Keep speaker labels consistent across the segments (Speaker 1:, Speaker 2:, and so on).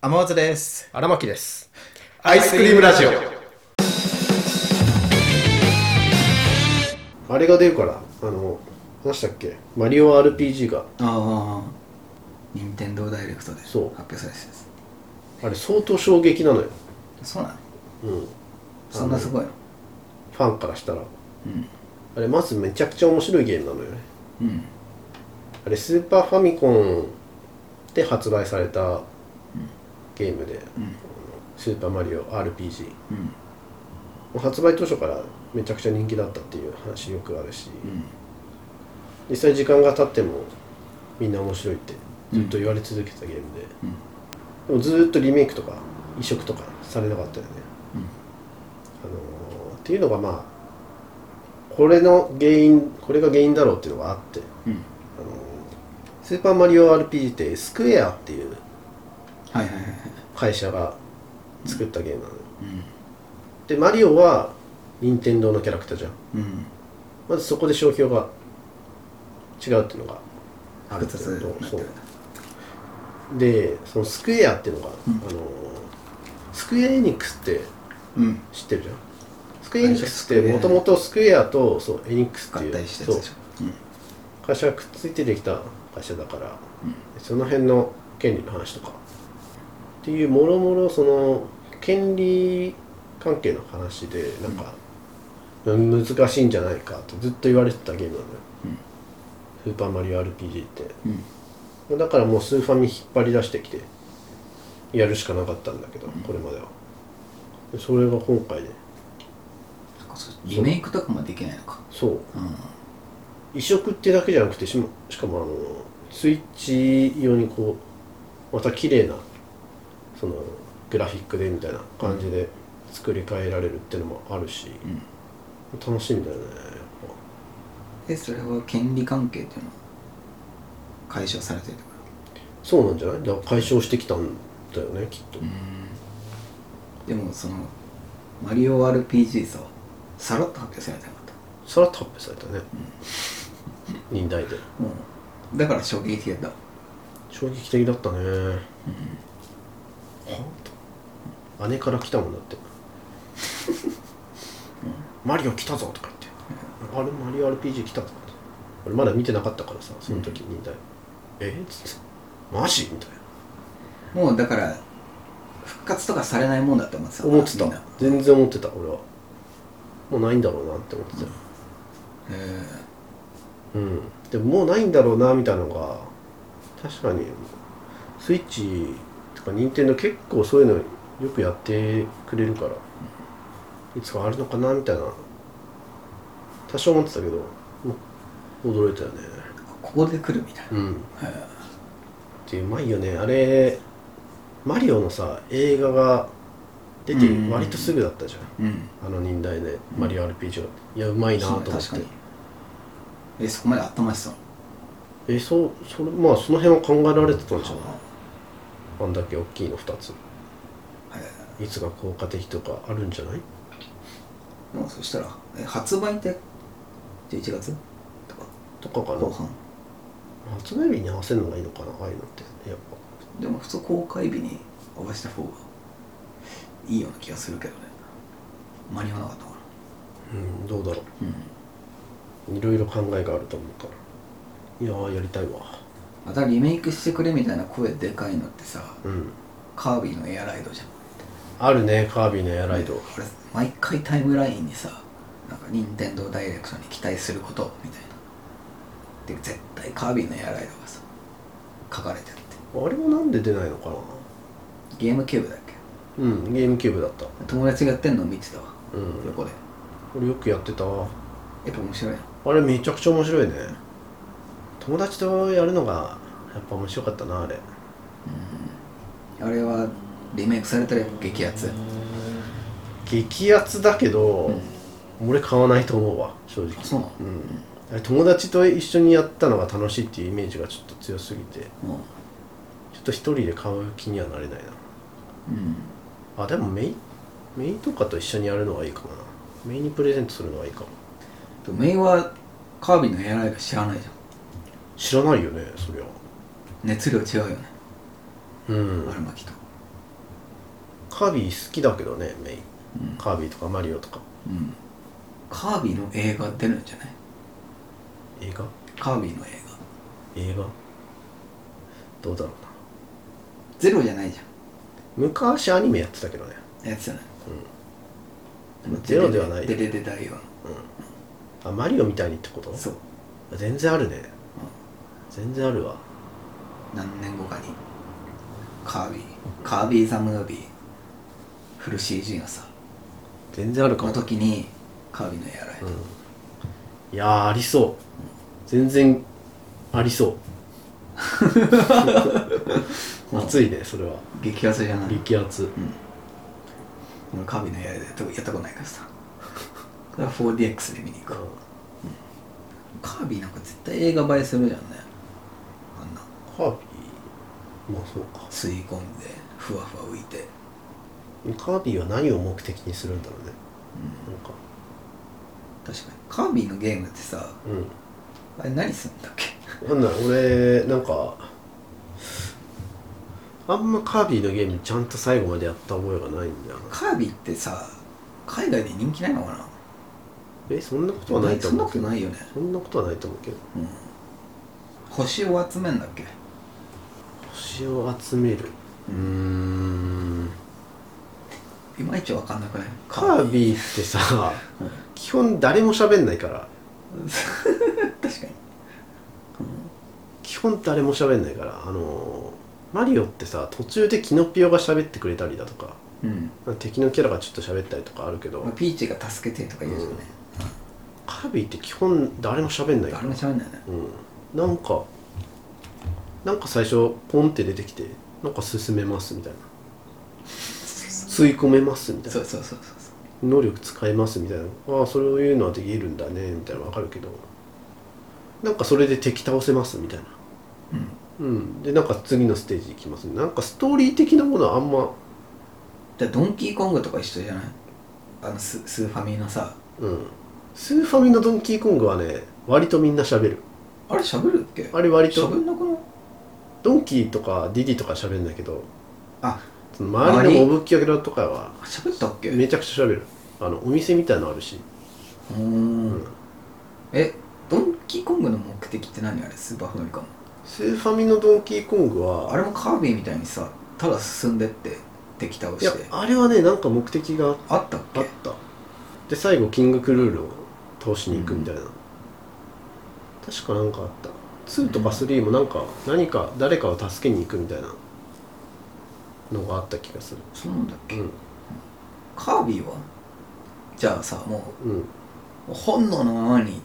Speaker 1: 天松です
Speaker 2: 荒牧です
Speaker 1: アイスクリームラジオ
Speaker 2: あれが出るからあの何したっけマリオ RPG が
Speaker 1: ああ任天堂ダイレクトで発
Speaker 2: そう
Speaker 1: 表されてたや
Speaker 2: あれ相当衝撃なのよ、
Speaker 1: つそうなの
Speaker 2: うん、
Speaker 1: そんなすごいの
Speaker 2: ファンからしたら
Speaker 1: うん
Speaker 2: あれまずめちゃくちゃ面白いゲームなのよね
Speaker 1: うん
Speaker 2: あれスーパーファミコンで発売されたゲームで、
Speaker 1: うん
Speaker 2: スーパーマリオ RPG
Speaker 1: うん
Speaker 2: 発売当初からめちゃくちゃ人気だったっていう話よくあるし、
Speaker 1: うん
Speaker 2: 実際時間が経ってもみんな面白いってずっと言われ続けたゲームで、
Speaker 1: うん
Speaker 2: でもずっとリメイクとか移植とかされなかったよね、
Speaker 1: うん
Speaker 2: あのーっていうのがまあこれの原因これが原因だろうっていうのがあって
Speaker 1: うん
Speaker 2: 「あのースーパーマリオ RPG」ってスクエアっていう
Speaker 1: はいはいはいはい
Speaker 2: 会社が作ったゲームなのよ
Speaker 1: うん
Speaker 2: でマリオは任天堂のキャラクターじゃん
Speaker 1: うん
Speaker 2: まずそこで商標が違うっていうのがある
Speaker 1: 複
Speaker 2: って
Speaker 1: 雑に
Speaker 2: こと
Speaker 1: なって
Speaker 2: そ
Speaker 1: る
Speaker 2: うでそのスクエアっていうのが、
Speaker 1: うん
Speaker 2: あのースクエアエニックスって
Speaker 1: うん
Speaker 2: 知ってるじゃんスクエアエニックス
Speaker 1: あ
Speaker 2: っ
Speaker 1: れ
Speaker 2: て
Speaker 1: で
Speaker 2: も
Speaker 1: す
Speaker 2: ともとスクエアとそうエニックスって
Speaker 1: 合
Speaker 2: いう
Speaker 1: 体したやつでしょうん
Speaker 2: そう会社がくっついてできた会社だから、
Speaker 1: うん
Speaker 2: その辺の権利の話とかっていうもろもろその権利関係の話でなんか、難しいんじゃないかってずっと言われてたゲームなのよ、
Speaker 1: うん
Speaker 2: スーパーマリオ RPG って
Speaker 1: うん
Speaker 2: だからもうスーファミ引っ張り出してきてやるしかなかったんだけど、これまではでそれが今回で
Speaker 1: そっかそうリメイクとかもできないのか
Speaker 2: そう
Speaker 1: うん
Speaker 2: 移植ってだけじゃなくてしもしかもあのスイッチ用にこうまた綺麗なそのグラフィックでみたいな感じで作り変えられるっていうのもあるし、
Speaker 1: ん
Speaker 2: 楽しいんだよね
Speaker 1: えそれは権利関係っていうのは解消されてるってこと
Speaker 2: そうなんじゃないだから解消してきたんだよねきっと、
Speaker 1: でもそのマリオ RPG ささらっと発表されてなかっ
Speaker 2: さらっと発表されたね、忍耐で
Speaker 1: たうんだから衝撃的だ
Speaker 2: 衝撃的だったね、はあ姉から来たもんだって「マリオ来たぞ」とか言って「あれマリオ RPG 来たぞ」とかって俺まだ見てなかったからさその時にいたいえっ?」つって「マジ?」みたいな
Speaker 1: もうだから復活とかされないもんだって思ってた
Speaker 2: 思って
Speaker 1: み
Speaker 2: た
Speaker 1: んなへ
Speaker 2: 全然思ってた俺はもうないんだろうなって思ってたよ
Speaker 1: え
Speaker 2: うんでももうないんだろうなみたいなのが確かにスイッチとか任天堂結構そういうのよくやってくれるからいつかあるのかなみたいな多少思ってたけどうん驚いたよね
Speaker 1: ここで来るみたいな
Speaker 2: うん
Speaker 1: へ
Speaker 2: でうまいよねあれマリオのさ映画が出て
Speaker 1: うん
Speaker 2: 割とすぐだったじゃん
Speaker 1: えうん
Speaker 2: あの忍耐でマリオ RPG がいやうまいなと思って
Speaker 1: 確かにえそこまで頭してたの
Speaker 2: えそうそれまあその辺は考えられてたんじゃないあんだけ大きいの2つ
Speaker 1: へ
Speaker 2: いつが効果的とかあるんじゃない
Speaker 1: えでもそしたらえ発売って11月とか
Speaker 2: とかか
Speaker 1: 後
Speaker 2: な
Speaker 1: 半
Speaker 2: 発売日に合わせるのがいいのかなああいうのってやっぱ
Speaker 1: でも普通公開日に合わせた方がいいような気がするけどね間に合わなかったかな
Speaker 2: うんどうだろ
Speaker 1: うん
Speaker 2: ういろいろ考えがあると思うからいやーやりたいわ
Speaker 1: またリメイクしてくれみたいな声でかいのってさ
Speaker 2: うん
Speaker 1: カービィのエアライドじゃん
Speaker 2: あるねカービィのエアライド、
Speaker 1: あれ毎回タイムラインにさなんか任天堂ダイレクトに期待することみたいなで絶対カービィのエアライドがさ書かれてあって
Speaker 2: あれはなんで出ないのかな
Speaker 1: ゲームキューブだっけ
Speaker 2: うんゲームキューブだった
Speaker 1: 友達がやってんの見てたわ
Speaker 2: うん
Speaker 1: 横で
Speaker 2: 俺よくやってたわ
Speaker 1: やっぱ面白いな
Speaker 2: あれめちゃくちゃ面白いね友達とやるのがやっぱ面白かったなあれ
Speaker 1: あれはリメイクされたらやっぱ激アツ
Speaker 2: 激アツだけど、俺買わないと思うわ正直
Speaker 1: あそうなの
Speaker 2: うんあれ友達と一緒にやったのが楽しいっていうイメージがちょっと強すぎてちょ
Speaker 1: うん
Speaker 2: っと一人で買う気にはなれない
Speaker 1: うん
Speaker 2: なあでもメイメイとかと一緒にやるのはいいかもなメイにプレゼントするのはいいかも
Speaker 1: でもメイはカービィのエアライド知らないじゃん
Speaker 2: 知らないよねそりゃ
Speaker 1: 熱量違うよね
Speaker 2: うん
Speaker 1: 春巻きと
Speaker 2: カービィ好きだけどねメイン
Speaker 1: うん
Speaker 2: カービィとかマリオとか
Speaker 1: うん、カービィの映画出るんじゃない
Speaker 2: 映画
Speaker 1: カービィの映画
Speaker 2: 映画どうだろう
Speaker 1: ゼロじゃないじ
Speaker 2: な昔アニメやってたけどね
Speaker 1: ゃんやつじゃない、
Speaker 2: うんゼロではない
Speaker 1: デレデ大王
Speaker 2: あマリオみたいにってこと
Speaker 1: のそう
Speaker 2: 全然あるね全然あるわ
Speaker 1: 何年後かにカービィカービィ・ザ・ムービーフル CG のさ
Speaker 2: 全然あるか
Speaker 1: の
Speaker 2: も、
Speaker 1: 時にカービィのやられた、
Speaker 2: うん、いやーありそう全然あり そう熱いねそれは
Speaker 1: 激アツじゃない
Speaker 2: 激アツ
Speaker 1: 俺カービィのやられたやったことないからさそれは 4DX で見に行くカービィなんか絶対映画映えするじゃんねあんな
Speaker 2: カービィまあそうか
Speaker 1: 吸い込んでふわふわ浮いて
Speaker 2: カービィは何を目的にするんだろうね、なんか
Speaker 1: 確かにカービィのゲームってさ
Speaker 2: うん
Speaker 1: あれ何すんだっけ
Speaker 2: なんだろう俺なんかあんまカービィのゲームちゃんと最後までやった覚えがないんだよな
Speaker 1: カービィってさ海外で人気ないのか
Speaker 2: えそんなこと
Speaker 1: な
Speaker 2: はないと
Speaker 1: そんな
Speaker 2: 思う
Speaker 1: こと
Speaker 2: けど
Speaker 1: ないよね、
Speaker 2: そんなことはないと思うけど
Speaker 1: うん、星を集めんだっけ
Speaker 2: 星を集めるうーん
Speaker 1: いまいちわかんなくない
Speaker 2: カー
Speaker 1: ィ
Speaker 2: ビィって さ
Speaker 1: うん
Speaker 2: 基本誰も喋んないから
Speaker 1: 確かに
Speaker 2: 基本誰も喋んないからあのーマリオってさ途中でキノピオが喋ってくれたりだとか
Speaker 1: うん、
Speaker 2: 敵のキャラがちょっと喋ったりとかあるけど、
Speaker 1: まあ、ピーチが助けてとか言うじゃんね、
Speaker 2: カービィって基本誰も喋んないから
Speaker 1: 誰も喋んないよね
Speaker 2: うん、なんかなんか最初ポンって出てきてなんか進めますみたいな吸い込めますみたい
Speaker 1: そ
Speaker 2: な
Speaker 1: うそうそうそうそう
Speaker 2: 能力使えますみたいなああそういうのはできるんだねみたいなの分かるけどなんかそれで敵倒せますみたいな
Speaker 1: うん
Speaker 2: うんでなんか次のステージ行きますなんかストーリー的なものはあんま
Speaker 1: じゃあドンキーコングとか一緒じゃないあのススーファミのさ
Speaker 2: うんスーファミのドンキーコングはね割とみんな喋る
Speaker 1: あれ喋るっけ
Speaker 2: あれ割と
Speaker 1: 喋んなくない
Speaker 2: ドンキーとかディディとか喋んないけど
Speaker 1: あ
Speaker 2: その周りのモブキャラとかは
Speaker 1: 喋ったっけ
Speaker 2: めちゃくちゃ喋るあのお店みたいのあるし
Speaker 1: うーんえドンキーコングの目的って何あれスーパーファミコン
Speaker 2: スーファミのドンキーコングは
Speaker 1: あれもカービィみたいにさただ進んでって敵倒
Speaker 2: いや
Speaker 1: して
Speaker 2: あれはねなんか目的が
Speaker 1: あったっ
Speaker 2: あっ
Speaker 1: け
Speaker 2: たで最後キングクルールを倒しに行くみたいな、確かなんかあった2とか3もなんか何か誰かを助けに行くみたいなのがあった気がする
Speaker 1: そうなんだっけ、
Speaker 2: うん
Speaker 1: カービィはじゃあさも
Speaker 2: うん
Speaker 1: う本能のままに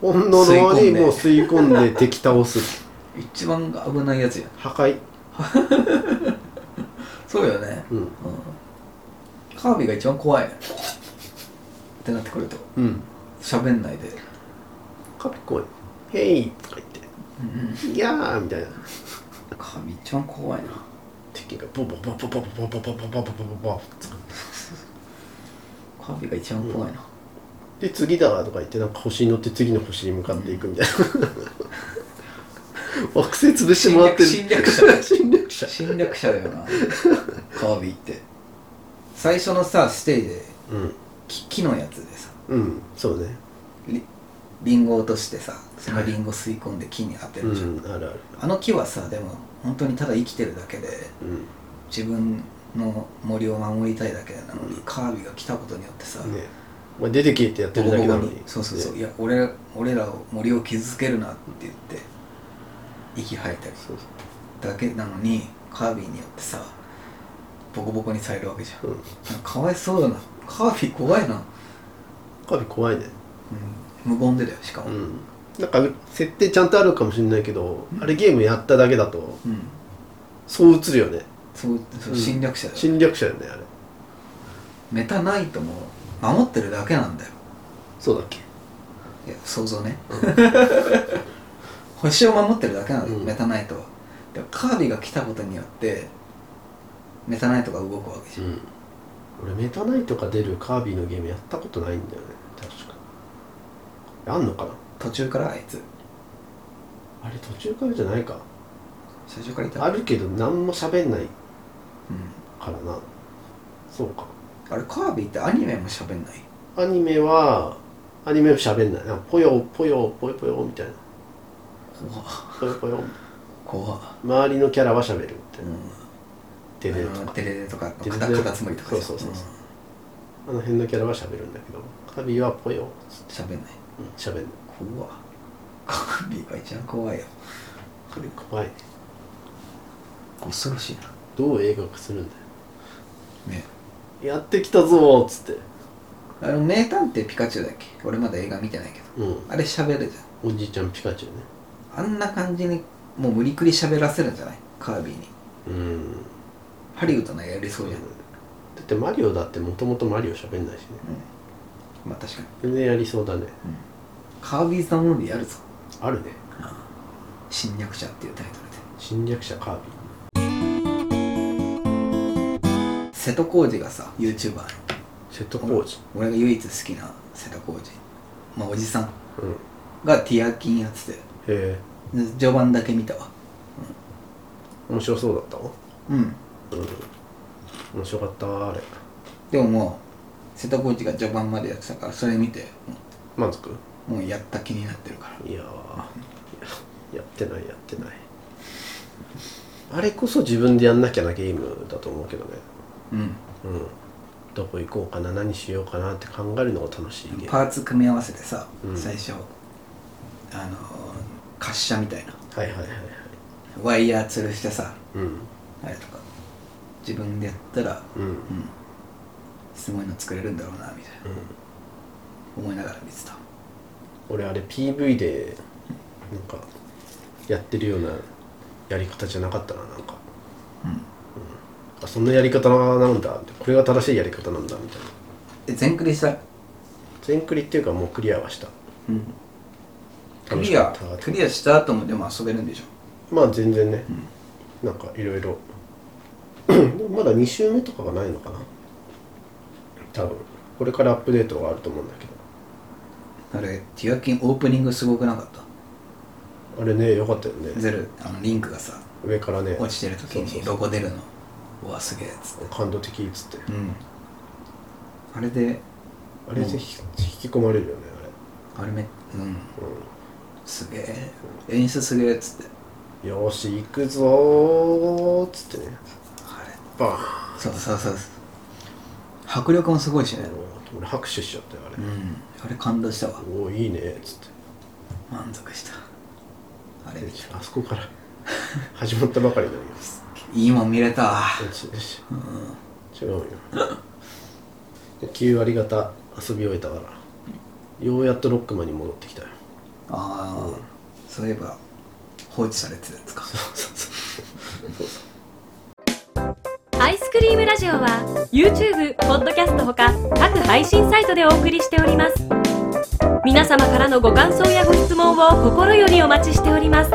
Speaker 2: 本能のまま
Speaker 1: 吸い込ん
Speaker 2: に
Speaker 1: で
Speaker 2: もう吸い込んで敵倒す
Speaker 1: 一番危ないやつやん
Speaker 2: 破壊
Speaker 1: そうよね、
Speaker 2: うん
Speaker 1: うん、カービィが一番怖いってなってくると
Speaker 2: うん
Speaker 1: 喋んないで、
Speaker 2: カピコン「ヘイ!」とか言って「いやー!」みたいな
Speaker 1: カービィ一番怖いな
Speaker 2: 敵がボボボボボボボボボボボボボボボ
Speaker 1: カービィが一番怖いな、
Speaker 2: で次だとか言ってなんか星に乗って次の星に向かっていくみたいな惑星潰してもらってる
Speaker 1: 侵略侵略者
Speaker 2: 侵略者
Speaker 1: 侵略者だよ なカービィって最初のさステージで
Speaker 2: うん
Speaker 1: 木木のやつでさ
Speaker 2: うんそうね
Speaker 1: りリンゴ落としてさそのリンゴ吸い込んで木に当て
Speaker 2: う
Speaker 1: るじゃん、
Speaker 2: んあるある
Speaker 1: あの木はさでも本当にただ生きてるだけで
Speaker 2: うん
Speaker 1: 自分の森を守りたいだけなのに、カービィが来たことによってさ、
Speaker 2: ねまあ出てけってやってるだけなのに
Speaker 1: そうそうそう、
Speaker 2: ね
Speaker 1: いや俺俺らを森を傷つけるなって言って息吐いたり
Speaker 2: そう
Speaker 1: だけなのにカービィによってさボコボコにされるわけじゃん
Speaker 2: そううん
Speaker 1: なんかかわいそうだなカービィ怖いな、
Speaker 2: カビ怖いね
Speaker 1: うん、無言でだよしかも、
Speaker 2: う
Speaker 1: うん
Speaker 2: んなんか設定ちゃんとあるかもしれないけどあれゲームやっただけだとそう映るよね
Speaker 1: そうそう
Speaker 2: うん
Speaker 1: 侵略者だよ、
Speaker 2: 侵略者よねあれ
Speaker 1: メタナイトも守ってるだけなんだよ
Speaker 2: そうだっけ
Speaker 1: いや想像ね 星を守ってるだけなのよ、
Speaker 2: うん
Speaker 1: メタナイトはでもカービィが来たことによってメタナイトが動くわけじゃん、
Speaker 2: うん、俺メタナイトが出るカービィのゲームやったことないんだよね確かあんのかな
Speaker 1: 途中からあいつ
Speaker 2: あれ途中からじゃないか
Speaker 1: 最初からいた
Speaker 2: あるけど何も喋んない
Speaker 1: うん
Speaker 2: からなそうか
Speaker 1: あれカービィってアニメも喋んない
Speaker 2: アニメはアニメは喋んないなんかぽよぽよぽよぽよみたいな
Speaker 1: 怖っ
Speaker 2: ぽよぽよ
Speaker 1: 怖っ
Speaker 2: 周りのキャラは喋るみた
Speaker 1: う
Speaker 2: いなんデレとか
Speaker 1: テレレとか
Speaker 2: デレ
Speaker 1: カタ
Speaker 2: デレ
Speaker 1: カタツムリとか
Speaker 2: そうそうそうそうあの辺のキャラは喋るんだけどカビはぽよつっ
Speaker 1: 喋、
Speaker 2: て
Speaker 1: うん、喋んない
Speaker 2: うん喋んない
Speaker 1: 怖っカービィが一番怖いよ
Speaker 2: これ怖いね
Speaker 1: 恐ろしいな
Speaker 2: どう映画化するんだ
Speaker 1: ね
Speaker 2: よやってきたぞーっつって
Speaker 1: あの名探偵ピカチュウだっけ俺まだ映画見てないけど
Speaker 2: うん
Speaker 1: あれ喋るじ
Speaker 2: おじいちゃんピカチュウね
Speaker 1: ゃんあんな感じにもう無理くり喋らせるんじゃないカービィに
Speaker 2: うん
Speaker 1: ハリウッドならやりそうじゃん、うん
Speaker 2: だってマリオだってもともとマリオ喋んないしね
Speaker 1: まあ確かに、
Speaker 2: 全然やりそうだね
Speaker 1: うん、カービィさんのでやるぞ
Speaker 2: あるね
Speaker 1: 侵略者っていうタイトルで
Speaker 2: 侵略者カービ
Speaker 1: 瀬戸康史がさ YouTuber の
Speaker 2: ィ瀬戸康史
Speaker 1: 俺が唯一好きな瀬戸康史まあおじさん
Speaker 2: うんへ
Speaker 1: がティアキンやってて
Speaker 2: え
Speaker 1: で序盤だけ見たわ
Speaker 2: 面白そうだったわ
Speaker 1: うん
Speaker 2: うん面白かったわあれ
Speaker 1: でももう瀬戸康史が序盤までやってたからそれ見ても
Speaker 2: 満足
Speaker 1: うもうやった気になってるから
Speaker 2: いやーいややってないやってないあれこそ自分でやんなきゃなゲームだと思うけどね
Speaker 1: うん
Speaker 2: うんどこ行こうかな何しようかなって考えるのが楽しいゲーム
Speaker 1: パーツ組み合わせてさ、
Speaker 2: うん
Speaker 1: 最初あのー滑車みたいな
Speaker 2: はいはいはいはい
Speaker 1: ワイヤー吊るしてさ
Speaker 2: うん
Speaker 1: あれとか自分でやったら
Speaker 2: うんうん
Speaker 1: うんすごいの作れるんだろうなみたいな思いながら見てた
Speaker 2: 俺あれ PV でなんかやってるようなやり方じゃなかったななんか
Speaker 1: うん
Speaker 2: あそんなやり方なんだこれが正しいやり方なんだみたいな
Speaker 1: え全クリした
Speaker 2: 全クリっていうかもうクリアはした
Speaker 1: うんク
Speaker 2: 楽し
Speaker 1: リ
Speaker 2: か
Speaker 1: ア
Speaker 2: った
Speaker 1: クリアした後もでも遊べるんでしょ
Speaker 2: まあ全然ね、
Speaker 1: うん
Speaker 2: なんかいろいろでも まだ2周目とかがないのかな多分これからアップデートがあると思うんだけど
Speaker 1: あれティアキンオープニングすごくなかった
Speaker 2: あれねよかったよね
Speaker 1: ゼルあのリンクがさ
Speaker 2: 上からね
Speaker 1: 落ちてる時
Speaker 2: そう
Speaker 1: に
Speaker 2: そう
Speaker 1: ロゴ出るのうわすげえっつって
Speaker 2: そう感動的っつっ
Speaker 1: う
Speaker 2: て、
Speaker 1: んあれで
Speaker 2: あれで引き込まれるよね
Speaker 1: あれめうん
Speaker 2: あれ、うん
Speaker 1: すげえ演出すげえっつって
Speaker 2: よーし行くぞーっつってね
Speaker 1: あれ
Speaker 2: バーン
Speaker 1: そうそうそうそう迫力もすごいしね
Speaker 2: 俺拍手しちゃったよあ
Speaker 1: う
Speaker 2: れ、
Speaker 1: んあれ感動したわ
Speaker 2: おおいいねーっつっ
Speaker 1: 満足したあれ
Speaker 2: て
Speaker 1: 見た
Speaker 2: あそこから始まったばかりなのよ
Speaker 1: いいもん見れたわ
Speaker 2: よしよし
Speaker 1: うん
Speaker 2: 違うよ9割方遊び終えたからようやっとロックマンに戻ってきたよ
Speaker 1: ああそういえば放置されてたやつか
Speaker 3: アイスクリームラジオは YouTube、ポッドキャストほか各配信サイトでお送りしております皆様からのご感想やご質問を心よりお待ちしております